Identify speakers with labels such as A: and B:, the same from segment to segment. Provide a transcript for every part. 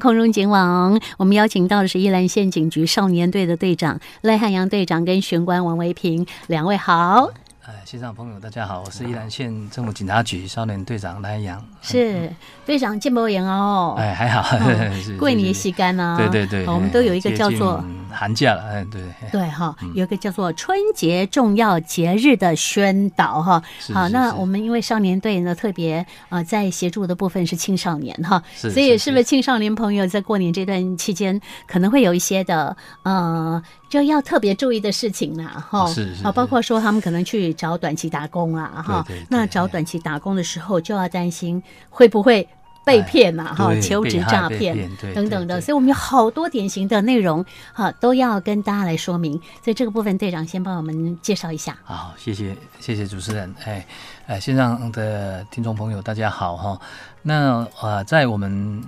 A: 空中警网，我们邀请到的是宜兰县警局少年队的队长赖汉阳队长跟玄关王维平两位好，
B: 呃，线上朋友大家好，我是宜兰县政府警察局少年队长赖阳。
A: 是队长见不言哦，
B: 哎，还好， 是
A: 桂林
B: 是
A: 吸干啊，
B: 对对对，
A: 好我们都有一个
B: 接
A: 叫做
B: 近寒假了，哎， 对，
A: 对哈，有一个叫做春节重要节日的宣导哈。
B: 是
A: 好，
B: 是
A: 那
B: 是
A: 我们因为少年队呢，特别呃在协助的部分是青少年哈，
B: 是
A: 所以
B: 是
A: 是
B: 是
A: 不是青少年朋友在过年这段期间可能会有一些的呃，就要特别注意的事情啦哈。
B: 哦是是
A: 啊，包
B: 是
A: 括说他们可能去找短期打工啊哈
B: 对对对，
A: 那找短期打工的时候就要担心会不会。被骗嘛，哈，
B: 哎对
A: 哦求
B: 被
A: 职
B: 害
A: 诈
B: 被
A: 骗啊
B: 骗对
A: 等
B: 对
A: 等的，
B: 对
A: 所以我们有好多典型的内容，好、都要跟大家来说明。所以这个部分，队长先帮我们介绍一下。
B: 好，谢谢谢谢主持人，哎，呃，线上的听众朋友大家好哈。那啊、呃在我们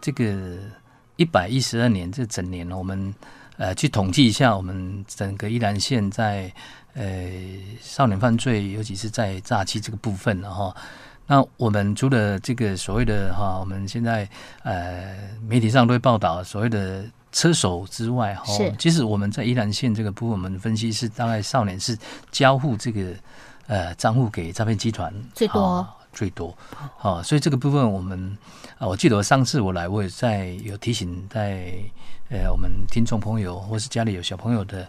B: 这个一百一十二年这整年呢，我们呃去统计一下，我们整个宜兰县在呃少年犯罪，尤其是在诈欺这个部分了哈。那我们除了这个所谓的哈，我们现在呃媒体上都会报道所谓的车手之外哈
A: 是，
B: 其实我们在宜兰县这个部分，我们分析是大概少年是交付这个呃账户给诈骗集团
A: 最多
B: 啊最多，好、所以这个部分我们啊，我记得上次我来，我也在有提醒在呃我们听众朋友或是家里有小朋友的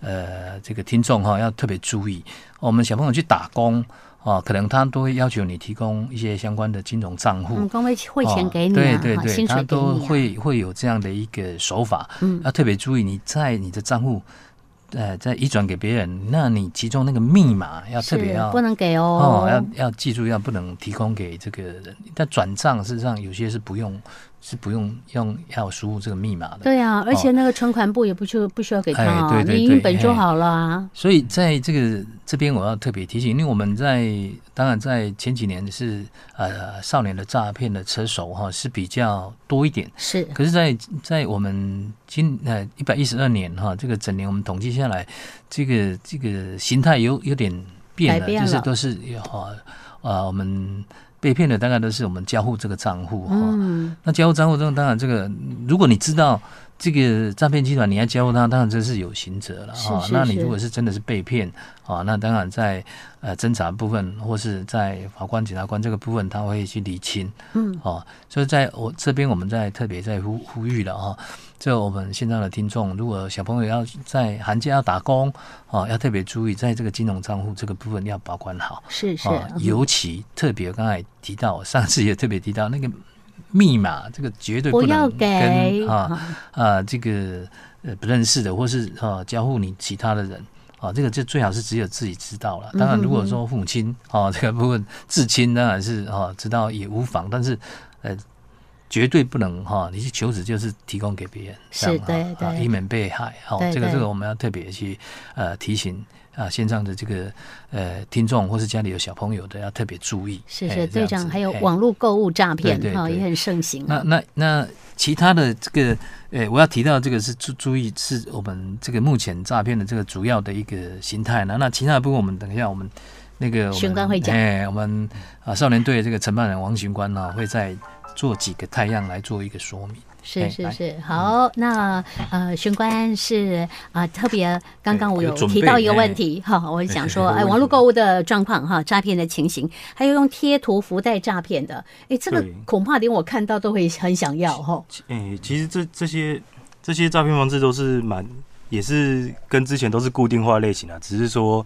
B: 呃这个听众哈、要特别注意，我们小朋友去打工哦，可能他都会要求你提供一些相关的金融账户。
A: 嗯，工会汇钱给你、啊
B: 对哦对
A: 哈
B: 对，
A: 薪
B: 他
A: 水给
B: 都
A: 你、啊。
B: 会会有这样的一个手法，
A: 嗯
B: 要特别注意你在你的账户，呃，在移转给别人，那你其中那个密码要特别
A: 是
B: 要
A: 不能给哦。
B: 哦，要要记住，要不能提供给这个人。但转账事实上有些是不用，是不用用要输入这个密码的。
A: 对啊，而且那个存款簿也不就不需要给他、啊
B: 哦哎对对
A: 你
B: 对
A: 印本就
B: 哎
A: 好了啊。
B: 所以在这个这边，我要特别提醒，因为我们在当然在前几年是呃少年的诈骗的车手哈、是比较多一点，
A: 是
B: 可是在，在我们今呃一百一十二年哈，这个整年我们统计下来，这个这个形态有有点变
A: 改
B: 了，
A: 变了
B: 就是都是有哈啊、我们被骗的大概都是我们交互这个账户哈。
A: 嗯，
B: 那交互账户中，当然这个，如果你知道这个诈骗集团，你要交互他，当然这是有刑责了
A: 是
B: 啊
A: 是。
B: 那你
A: 是
B: 如果是真的是被骗啊，那当然在呃侦查部分或是在法官、检察官这个部分，他会去理清。
A: 嗯，
B: 哦，所以在我这边，我们在特别在呼呼吁了啊。这我们线上的听众，如果小朋友要在寒假要打工啊，要特别注意，在这个金融账户这个部分要保管好。
A: 是是、
B: 啊，
A: 嗯
B: 尤其特别刚才提到，上次也特别提到那个密码，这个绝对
A: 不
B: 能
A: 要
B: 跟
A: 给
B: 啊啊这个呃不认识的，或是啊交互你其他的人。啊，这个就最好是只有自己知道
A: 嗯
B: 了。当然，如果说父母亲啊这个部分至亲当然是啊知道也无妨，但是呃绝对不能哈、你去求职就是提供给别人，
A: 是
B: 这样啊
A: 对
B: 啊
A: 对
B: 以免被害。哦
A: 对，
B: 这个
A: 对
B: 这个我们要特别去呃提醒啊线上的这个呃听众或是家里有小朋友的要特别注意。
A: 是
B: 哎
A: 是，
B: 这
A: 队
B: 样
A: 长
B: 子
A: 还有
B: 哎
A: 网络购物诈骗
B: 对对
A: 哈、
B: 对
A: 也很盛行啊
B: 那。那那其他的这个，呃，我要提到这个是注注意是我们这个目前诈骗的这个主要的一个形态呢。那其他的部分我们等一下我们那个我们
A: 巡官会讲
B: 哎，我们啊少年队这个承办人王巡官呢、会再做几个太阳来做一个说明。
A: 是
B: 哎
A: 是
B: 来
A: 是，
C: 嗯
A: 好，那呃，玄关是啊、特别刚刚我
C: 哎有
A: 有
C: 准
A: 提
C: 备
A: 到一个问
C: 哎
A: 题哈、我想说，
C: 有
A: 哎，
C: 问
A: 网络
C: 题
A: 购物的状况哈，诈骗的情形，还有用贴图福袋诈骗的，哎，这个
C: 对
A: 恐怕连我看到都会很想要哈、
C: 诶、其实这这些这些诈骗方式都是蛮，也是跟之前都是固定化类型啊，只是说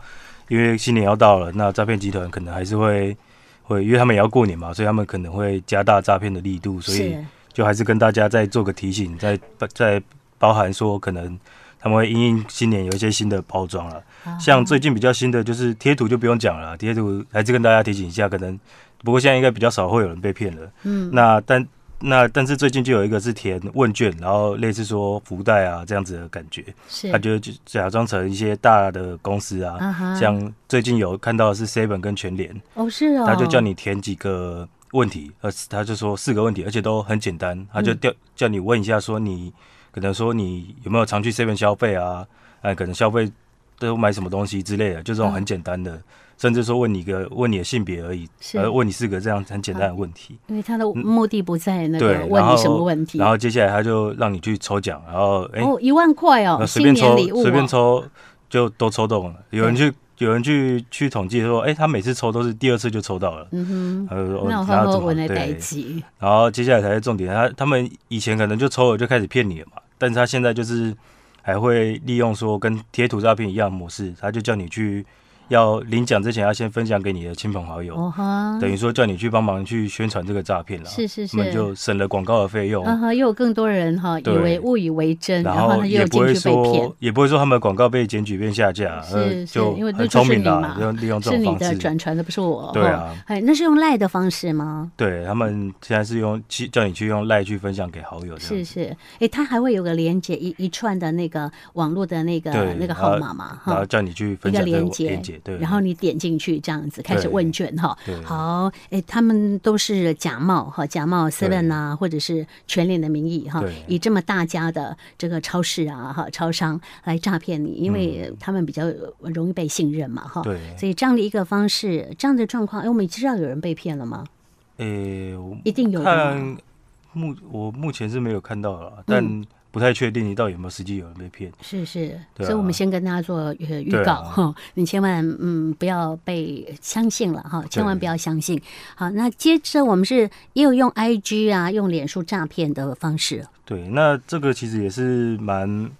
C: 因为新年要到了，那诈骗集团可能还是会会，因为他们也要过年嘛，所以他们可能会加大诈骗的力度，所以
A: 是
C: 就还是跟大家再做个提醒，再再包含说可能他们会因应新年有一些新的包装了。像最近比较新的就是贴图就不用讲了啦，贴图还是跟大家提醒一下，可能不过现在应该比较少会有人被骗了。嗯，那但那但是最近就有一个是填问卷，然后类似说福袋啊这样子的感觉，
A: 是
C: 他就就假装成一些大的公司啊，
A: 啊哈
C: 像最近有看到的是 Seven 跟全联，
A: 哦是哦，
C: 他就叫你填几个问题，呃，他就说四个问题，而且都很简单，他
A: 嗯
C: 就叫、叫你问一下说你可能说你有没有常
A: 嗯
C: 去 seven 消费啊，哎、可能消费都买什么东西之类的，就这种很简单的，甚至说问你一个问你的性别而已，
A: 是
C: 而问你四个这样很简单的问题。
A: 因为他的目的不在那
C: 嗯对
A: 个，问
C: 然
A: 你
C: 后
A: 什么问题。
C: 然后接下来他就让你去抽奖，然后哎，
A: 哦，一万块哦，
C: 那随
A: 新
C: 便
A: 年
C: 抽
A: 礼物、哦，
C: 随便抽就都抽中了。有人去有人去去统计说，哎，他每次抽都是第二次就抽到了。
A: 嗯
C: 呃，
A: 哼，
C: 哦
A: 那我
C: 哪
A: 好
C: 有这
A: 好
C: 么
A: 问的
C: 对
A: 代志，
C: 然后接下来才是重点，他他们以前可能就抽了就开始骗你了嘛，但是他现在就是还会利用说跟贴图诈骗一样的模式，他就叫你去要领奖之前要先分享给你的亲朋好友，
A: 哦哈，
C: 等于说叫你去帮忙去宣传这个诈骗了，
A: 是是
C: 他们
A: 是，
C: 就省了广告的费用，
A: 啊哈，又有更多人哈以
C: 对
A: 为误以为真，然后
C: 后
A: 他又
C: 也不
A: 进去
C: 会
A: 被骗
C: 说。也不会说他们的广告被检举变下架，
A: 是
C: 呃
A: 是
C: 就
A: 因为那
C: 很
A: 就
C: 聪
A: 是
C: 明
A: 你
C: 啦
A: 嘛，
C: 就利用这
A: 是你
C: 种
A: 的
C: 方式，
A: 转传的，不是我。
C: 对
A: 哦，
C: 啊，
A: 哎，那是用赖的方式吗？
C: 对他们现在是用去叫你去用赖去分享给好友，这
A: 是
C: 样子。
A: 是，哎，他还会有个连接一一串的那个网络的那个
C: 对
A: 那个
C: 然
A: 号
C: 后
A: 码嘛，
C: 然
A: 哈
C: 后，叫你去
A: 一
C: 分
A: 个
C: 享这个
A: 连
C: 链
A: 接，
C: 接，对，
A: 然后你点进去这样子开始
C: 对
A: 问卷哈。
C: 对，
A: 好，哎，他们都是假冒哈，假冒 Seven
C: 对
A: 啊，或者是全联的名义哈
C: 对，
A: 以这么大家的这个超市啊哈超商来诈骗你，因为他们比较容易被信任嘛哈。
C: 嗯对，
A: 所哦以这样的一个方式，这样的状况，哎，我们知道有人被骗了吗？
C: 诶，我
A: 一定有的嘛。
C: 看目我目前是没有看到了，
A: 嗯
C: 但不太确定你到底有没有实际有人被骗。
A: 是是，
C: 对啊
A: 所以我们先跟大家做呃预
C: 对啊
A: 告哈、你千万嗯不要被相信了哈，千万不要相信。好，那接着我们是也有用 IG 啊，用脸书诈骗的方式，
C: 对，那这个其实也是蛮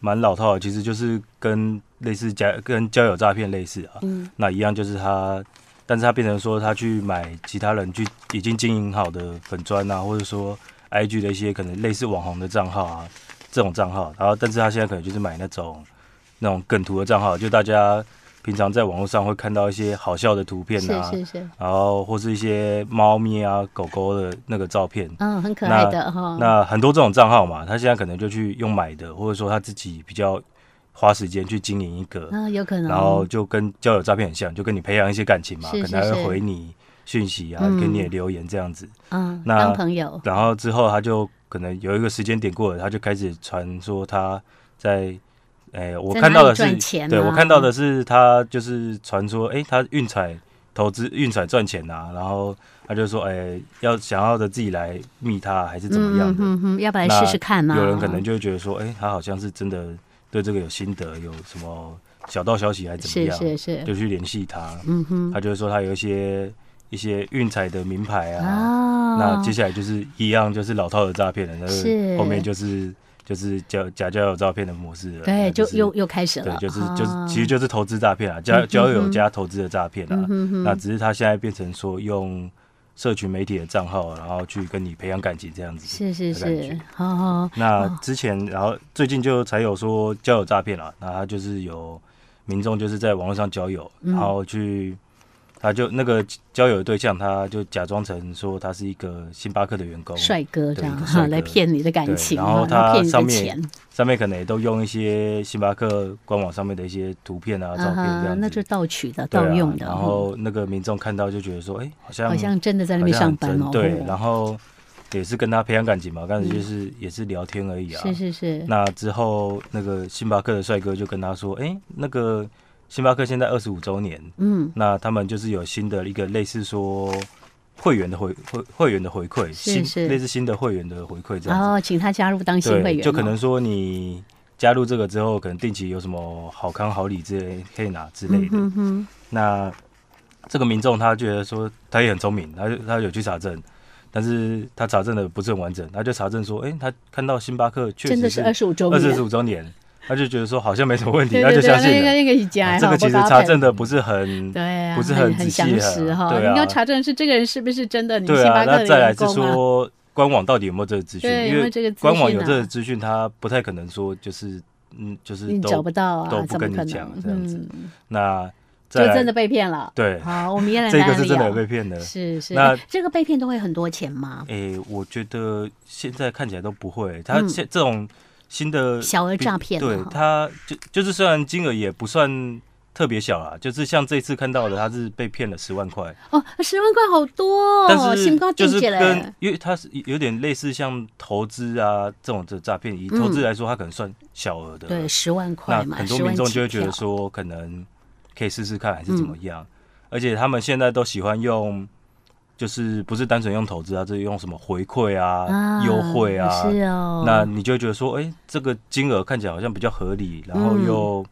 C: 蛮老套的，其实就是跟类似交跟交友诈骗类似啊，
A: 嗯，
C: 那一样就是他。但是他变成说，他去买其他人去已经经营好的粉砖啊，或者说 IG 的一些可能类似网红的账号啊，这种账号。然后，但是他现在可能就是买那种那种梗图的账号，就大家平常在网络上会看到一些好笑的图片
A: 是
C: 啊，
A: 是是，
C: 然后或是一些猫咪啊、狗狗的那个照片。
A: 嗯，很可爱的哈、
C: 那很多这种账号嘛，他现在可能就去用买的，或者说他自己比较花时间去经营一个，
A: 啊有可能，
C: 然后就跟交友诈骗很像，就跟你培养一些感情嘛，
A: 是
C: 可能还
A: 是
C: 会
A: 是
C: 回你讯息啊，
A: 嗯
C: 给你的留言这样子。
A: 嗯，
C: 那
A: 当朋友，
C: 然后之后他就可能有一个时间点过了，他就开始传说他在，哎、我
A: 在
C: 看
A: 哪
C: 到
A: 里
C: 的是
A: 赚，钱
C: 对
A: 啊
C: 我看到的是他就是传说，哎、他运彩投资运彩赚钱啊，然后他就说，哎、要想要的自己来密他还是怎么样的，
A: 嗯嗯嗯，要不然试试看嘛。
C: 有人可能就会觉得说，哎、他好像是真的对这个有心得，有什么小道消息还是怎么
A: 是
C: 样，
A: 是是，
C: 就去联系他，
A: 嗯哼，
C: 他就会说他有一些一些运彩的名牌
A: 啊，
C: 那接下来就是一样，就是老套的诈骗了，那
A: 是
C: 后面就是就是交假交友诈骗的模式了。
A: 对，就是又又开始了
C: 对，，就是
A: 啊
C: 就是其实就是投资诈骗啊，交
A: 嗯
C: 交友加投资的诈骗
A: 嗯
C: 啊。
A: 哼哼
C: 那只是他现在变成说用社群媒体的账号，然后去跟你培养感情这样子。
A: 是是
C: 的感
A: 是
C: 觉，
A: 哦，
C: 那之前，然后最近就才有说交友诈骗了，那他就是有民众就是在网络上交友，
A: 嗯
C: 然后去。他就那个交友的对象，他就假装成说他是一个星巴克的员工，
A: 帅哥这
C: 对
A: 样
C: 一个
A: 哈，
C: 帅
A: 来
C: 哥
A: 骗你的感
C: 对
A: 情
C: 然
A: 哈
C: 后，
A: 然后
C: 他
A: 骗你
C: 上
A: 的
C: 面
A: 钱
C: 上面可能也都用一些星巴克官网上面的一些图片啊、照片这样子，
A: 那就是盗取的、
C: 对
A: 盗
C: 啊
A: 用的，哦
C: 然后那个民众看到就觉得说，哎、好像
A: 好像真的在那
C: 好
A: 边
C: 像
A: 上班
C: 真
A: 哦。
C: 对
A: 哦，嗯
C: 然后也是跟他培养感情嘛，刚才就是、也是聊天而已啊。
A: 是是是，
C: 那之后那个星巴克的帅哥就跟他说，哎、那个星巴克现在二十五周年，
A: 嗯，
C: 那他们就是有新的一个类似说。会员的回会会员的回馈，
A: 是
C: 新
A: 是
C: 类似新的会员的回馈这样
A: 然
C: 子。
A: 后哦请他加入当新
C: 对，
A: 会员哦，
C: 就可能说你加入这个之后，可能定期有什么好康好礼之类可以拿之类
A: 嗯
C: 的。
A: 哼哼，
C: 那这个民众他觉得说他也很聪明，他就他有去查证，但是他查证的不是很完整，他就查证说，哎、他看到星巴克确
A: 真的
C: 实
A: 是二十五周
C: 二
A: 年，
C: 十五周年，他就觉得说好像没什么问题，
A: 对
C: 他
A: 对
C: 就
A: 对，
C: 相
A: 那
C: 信
A: 应该
C: 了。啊
A: 应该是加，
C: 这个
A: 好
C: 其实
A: 不搭
C: 查
A: 配
C: 证的不是很
A: 对啊，
C: 不是
A: 很
C: 很
A: 很
C: 仔
A: 详
C: 细啊
A: 实哈，
C: 对啊
A: 你要查证是这个人是不是真的你星
C: 对啊，
A: 巴克
C: 那
A: 的
C: 再来
A: 员
C: 是
A: 工啊？
C: 说官网到底有没有这个资讯？
A: 对，有
C: 因
A: 没有
C: 为
A: 这个资
C: 官网
A: 讯
C: 有
A: 啊
C: 这个资讯，他不太可能说就是嗯，就是
A: 你
C: 都
A: 找不到
C: 都
A: 啊，
C: 不
A: 怎么
C: 跟你
A: 可
C: 讲
A: 能？
C: 这样子
A: 嗯，
C: 那
A: 就
C: 再来
A: 真的被骗了。
C: 对，
A: 好，我们也来
C: 这
A: 拿
C: 个
A: 案
C: 是
A: 例
C: 真的
A: 啊
C: 有。被骗的。
A: 是是，
C: 那哎
A: 哎这个被骗都会很多钱吗？
C: 诶、我觉得现在看起来都不会，他
A: 嗯
C: 现这种新的
A: 小额
C: 比
A: 诈骗啊
C: 对
A: 嘛哈
C: 他就就是虽然金额也不算特别小啦，就是像这次看到的，他是被骗了十万块，
A: 哦，十万块好多、哦，
C: 但
A: 新
C: 是
A: 高
C: 就
A: 境
C: 是
A: 界
C: 跟
A: 嘞。
C: 因为他是有点类似像投资啊这种的诈骗，以投资来说，他可能算小额
A: 嗯
C: 的，
A: 对，十万块
C: 那
A: 嘛，
C: 很多
A: 10万
C: 民众
A: 起
C: 就会觉得
A: 跳，嗯
C: 说，可能可以试试看还是怎么样。而且他们现在都喜欢用，就是不是单纯用投资啊，就是用什么回馈啊、优惠啊。
A: 是哦，
C: 那你就会觉得说，哎、这个金额看起来好像比较合理，然
A: 嗯
C: 后又、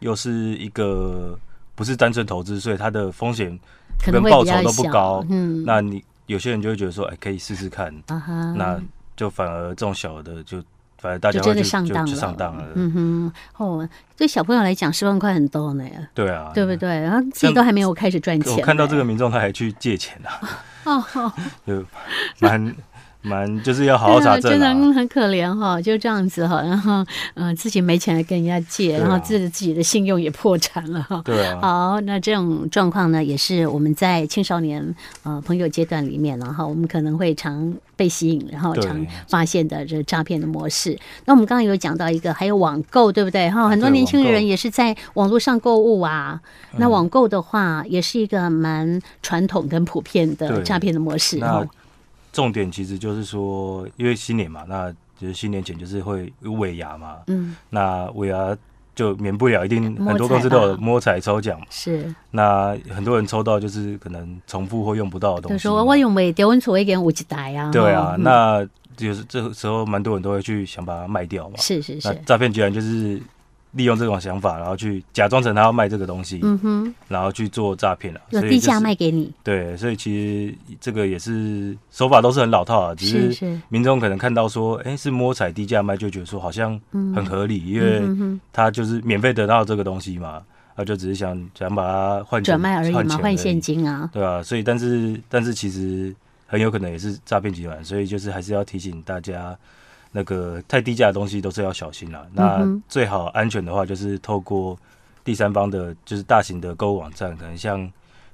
C: 又是一个不是单纯投资，所以它的风险
A: 可能
C: 跟
A: 会
C: 报
A: 比较
C: 酬都不
A: 小
C: 高
A: 嗯，
C: 那你有些人就会觉得说，哎、可以试试看，
A: 啊哈，
C: 那就反而这种小的就反而大家
A: 就真
C: 会
A: 的
C: 就
A: 上
C: 就
A: 当
C: 就
A: 了
C: 上当了，
A: 嗯哼，哦，对小朋友来讲，十万块很多呢，
C: 对啊，
A: 对不对？然后自己都还没有开始赚钱呢，
C: 我看到这个民众他还去借钱 啊，
A: 哦，哦
C: 就蛮蛮就是要好好
A: 对啊，
C: 查
A: 真
C: 证
A: 的
C: 啊。
A: 很可怜哈，就这样子哈，然后嗯、呃自己没钱还跟人家借，
C: 对啊
A: 然后自己自己的信用也破产了哈。
C: 对啊，
A: 好，那这种状况呢，也是我们在青少年呃朋友阶段里面呢，然后我们可能会常被吸引，然后
C: 对
A: 常发现的这诈骗的模式。那我们刚刚有讲到一个，还有网购，对不对？哈，很多
C: 啊对
A: 年轻
C: 网购嗯
A: 人也是在网络上购物啊。那网购的话，也是一个蛮传统跟普遍的
C: 对
A: 诈骗的模式哈
C: 那。重点其实就是说，因为新年嘛，那就是新年前就是会有尾牙嘛，
A: 嗯，
C: 那尾牙就免不了一定
A: 摸
C: 很多公司
A: 彩吧
C: 都有摸彩抽奖嘛，
A: 是。
C: 那很多人抽到就是可能重复或用不到的
A: 就
C: 东西嘛。
A: 说哦我用袂掉，阮厝已经有一台啊。
C: 对啊
A: 吼，嗯
C: 那就是这时候蛮多人都会去想把它卖掉嘛。
A: 是是
C: 那
A: 是，
C: 诈骗居然就是利用这种想法，然后去假装成他要卖这个东西，
A: 嗯哼，
C: 然后去做诈骗了。啊
A: 有
C: 所以
A: 低
C: 就是
A: 价卖给你，
C: 对，所以其实这个也是手法都是很老套啊，只
A: 是
C: 是
A: 是，
C: 民众可能看到说，哎、是摸彩低价卖，就觉得说好像很合理，因
A: 嗯
C: 为
A: 哼，
C: 他就是免费得到这个东西嘛，他就只是想想把它换钱
A: 转卖而已嘛，换现，
C: 钱
A: 金啊。
C: 对啊，所以但是但是其实很有可能也是诈骗集团，所以就是还是要提醒大家。那个太低价的东西都是要小心啦、
A: 嗯
C: 那
A: 哼
C: 最好安全的话，就是透过第三方的，就是大型的购物网站，可能像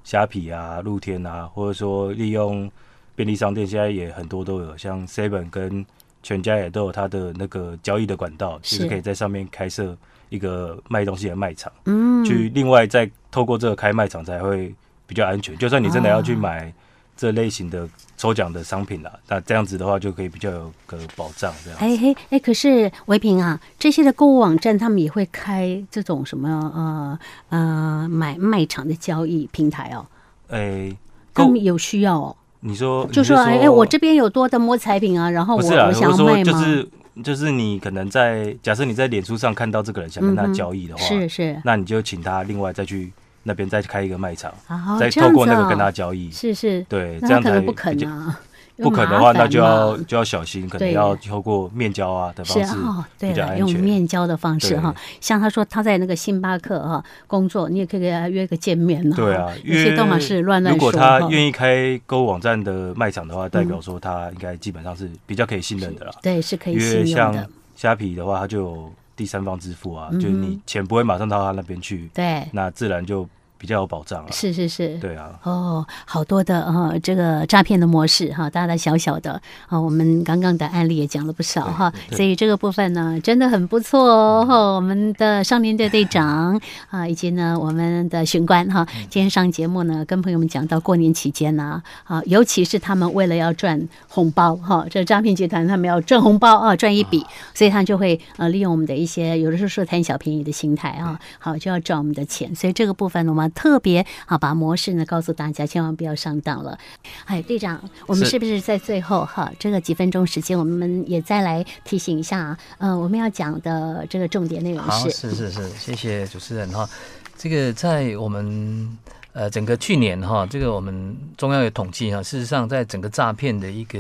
C: 虾皮啊、露天啊，或者说利用便利商店，现在也很多都有，像 Seven 跟全家也都有它的那个交易的管道，
A: 是
C: 就是可以在上面开设一个卖东西的卖场，
A: 嗯，
C: 去另外再透过这个开卖场才会比较安全。就算你真的要去
A: 哦
C: 买这类型的抽奖的商品啦，那这样子的话就可以比较有个保障，这样。
A: 哎嘿哎，可是唯平啊，这些的购物网站他们也会开这种什么呃呃买卖场的交易平台哦，
C: 哎，
A: 他
C: 购
A: 们有需要哦，
C: 你说
A: 就
C: 你是
A: 说哎哎，我这边有多的摸彩品啊，然后
C: 不
A: 我
C: 是啊，
A: 我
C: 如
A: 想
C: 果
A: 要
C: 说
A: 卖
C: 就
A: 吗？
C: 是就是你可能在假设你在脸书上看到这个人想跟
A: 嗯
C: 他
A: 哼
C: 交易的话，
A: 是是，
C: 那你就请他另外再去那边再开一个卖场，
A: 哦
C: 再
A: 这
C: 透
A: 样
C: 过
A: 子
C: 那个跟他
A: 哦，
C: 交易。
A: 是是，
C: 对，
A: 那他
C: 这样
A: 可
C: 才
A: 能不肯
C: 比较
A: 啊，
C: 不肯的
A: 麻
C: 话，
A: 烦
C: 那就要
A: 嘛
C: 就要小心，可能
A: 对
C: 要透过面交啊的
A: 是
C: 方
A: 啊
C: 式
A: 哦，对
C: 比较
A: 了，
C: 安
A: 用
C: 全。
A: 面交的方式哈，像他说他在那个星巴克哈工作，你也可以给他约个见面呢。
C: 对啊，
A: 有哦些
C: 因为
A: 都嘛是乱乱
C: 如
A: 说哦
C: 果
A: 哈
C: 他。愿意开购物网站的卖场的话，代表说他应该基本上是比较可以信任的啦。
A: 对，是嗯可以
C: 因
A: 信
C: 为
A: 用
C: 像
A: 的。
C: 虾皮的话，它就有第三方支付啊，就是你钱不会马上到他那边去，
A: 对，
C: 那自然就比较有保障了。
A: 是是是。
C: 啊对啊，
A: 哦，好多的呃，这个诈骗的模式哈，大大小小的啊、我们刚刚的案例也讲了不少哈，
C: 对嗯
A: 所以这个部分呢，真的很不错哦。哈我们的少年队队长啊，以及呢我们的巡官哈，今天上节目呢，跟朋友们讲到过年期间呢、啊，尤其是他们为了要赚红包哈，这诈骗集团他们要赚红包啊，赚一笔，所以他就会呃利用我们的一些有的时候说贪小便宜的心态啊，好就要赚我们的钱，所以这个部分呢，我们特别啊把模式呢告诉大家，千万不要上当了。哎，队长，我们
B: 是
A: 是不是在最后哈这个几分钟时间，我们也再来提醒一下啊，呃，我们要讲的这个重点内容
B: 好，
A: 是
B: 是是是，谢谢主持人哈。这个在我们呃整个去年哈，这个我们中央有统计哈，事实上在整个诈骗的一个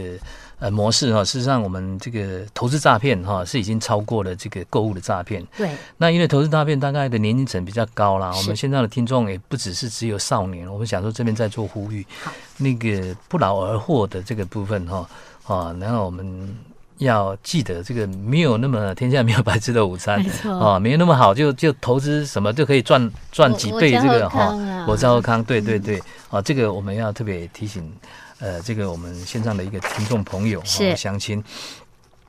B: 呃模式哈，事实上我们这个投资诈骗哈是已经超过了这个购物的诈骗。
A: 对，
B: 那因为投资诈骗大概的年龄层比较高啦，
A: 是
B: 我们现在的听众也不只是只有少年，我们想说这边在做呼吁
A: 好，
B: 那个不劳而获的这个部分哈啊，然后我们要记得这个没有那么天下没有白吃的午餐
A: 没。错
B: 啊，没有那么好，就就投资什么就可以赚赚几倍
A: 我
B: 这
A: 我
B: 个哦
A: 在后康啊
B: 我赵康，对对对，啊，这个我们要特别提醒，呃，这个我们线上的一个听众朋友
A: 是
B: 哈，相亲。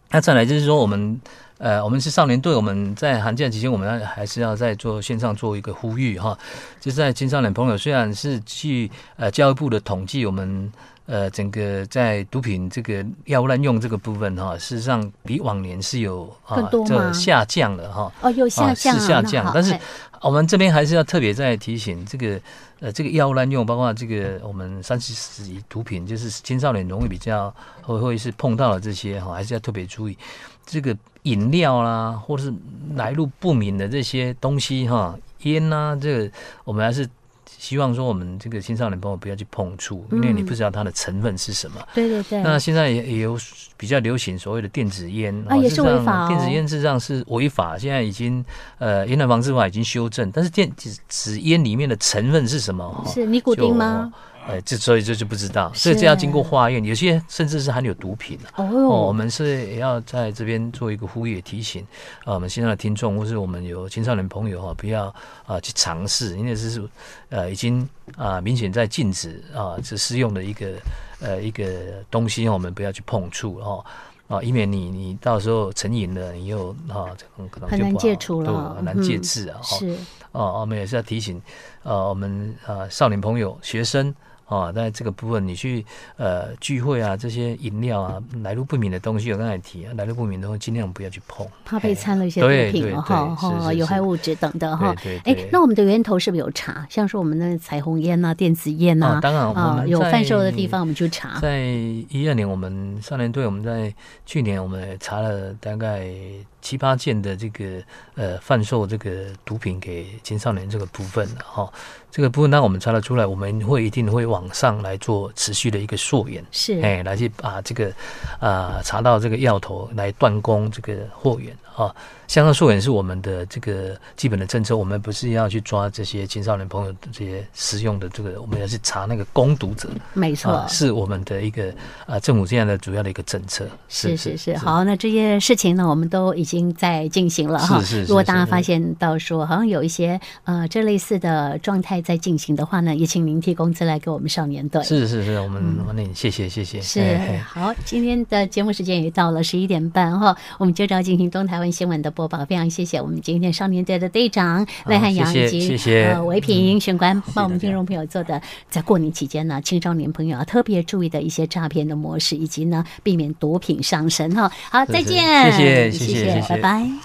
B: 那再来就是说，我们呃，我们是少年队，我们在寒假期间，我们要还是要在做线上做一个呼吁哈。就是在青少年朋友，虽然是据呃教育部的统计，我们呃，整个在毒品这个药滥用这个部分哈、事实上比往年是有啊
A: 更多吗
B: 这下降了哈、
A: 哦，有下降、
B: 啊、是下
A: 那
B: 降
A: 好，
B: 但是
A: 哎
B: 我们这边还是要特别再提醒这个呃，这个药物滥用，包括这个我们三十级毒品，就是青少年容易比较会会是碰到的这些哈，还是要特别注意这个饮料啦，或是来路不明的这些东西哈，烟呐、这个我们还是。希望说我们这个青少年朋友不要去碰触，因为你不知道它的成分是什么。
A: 对对对，
B: 那现在也也有比较流行所谓的电子烟
A: 啊
B: 哦
A: 也是
B: 事实
A: 违
B: 上
A: 法哦
B: 电子烟事实上是违法，现在已经呃，烟弹防治法已经修正，但是电子纸烟里面的成分是什么？哦
A: 是尼古丁吗？
B: 就呃，这所以这就不知道，
A: 是
B: 所以这要经过化验，有些甚至是含有毒品啊。
A: 哦
B: 哦，我们是也要在这边做一个呼吁提醒啊，我们现在的听众或是我们有青少年朋友哈、不要啊去尝试，因为这是呃已经啊明显在禁止啊这适用的一个呃一个东西，哦我们不要去碰触哦。啊，以免你你到时候成瘾了，你又啊，这种可能就
A: 很难
B: 不好
A: 戒除了
B: 对很难
A: 嗯
B: 戒治啊。哦
A: 是
B: 哦，我们也是要提醒，呃，我们呃少年朋友、学生啊，在这个部分，你去呃聚会啊，这些饮料啊，来路不明的东西，我刚才提，啊来路不明的东西尽量不要去碰，
A: 怕被掺了一些毒
B: 对
A: 品
B: 对
A: 了
B: 对
A: 哈，
B: 是
A: 哈，
B: 是
A: 有
B: 是
A: 害物质等的哈。
B: 对对
A: 哎
B: 对，
A: 那我们的源头是不是有查？像是我们的彩虹烟呐、电子烟
B: 啊
A: 呐，
B: 当然我
A: 啊
B: 们
A: 有贩售的
B: 在
A: 地方我啊们去查。
B: 在一二年，我们少年队，我们在去年我们也查了大概七八件的这个呃贩售这个毒品给青少年这个部分哈、哦，这个部分那我们查得出来，我们会一定会往上来做持续的一个溯源。
A: 是，
B: 哎，来去把这个啊、呃查到这个药头来断供这个货源啊。向上溯源是我们的这个基本的政策，我们不是要去抓这些青少年朋友这些使用的这个，我们要去查那个供毒者
A: 没错
B: 啊，。是我们的一个啊、政府这样的主要的一个政策。
A: 是是是，好，那这些事情呢，我们都已经在进行了哈。
B: 是是是
A: 如果大家
B: 是
A: 发现到说好像有一些呃这类似的状态在进行的话呢，也请您提供资料给我们少年队。
B: 是是是，我们我们谢谢谢谢，
A: 嗯是
B: 哎哎
A: 好，今天的节目时间也到了十一点半哈，我们接着要进行东台湾新闻的播报。非常谢谢我们今天少年队的队长赖汉阳
B: 谢
A: 以
B: 谢
A: 及
B: 谢谢嗯
A: 呃维平玄关帮我们
C: 大家
A: 听众朋友做的，在过年期间呢，青少年朋友要啊特别注意的一些诈骗的模式，以及呢避免毒品上身哈。好，
B: 是
A: 再
B: 是
A: 见，
B: 谢谢谢
A: 谢
B: 谢谢谢
A: 拜拜。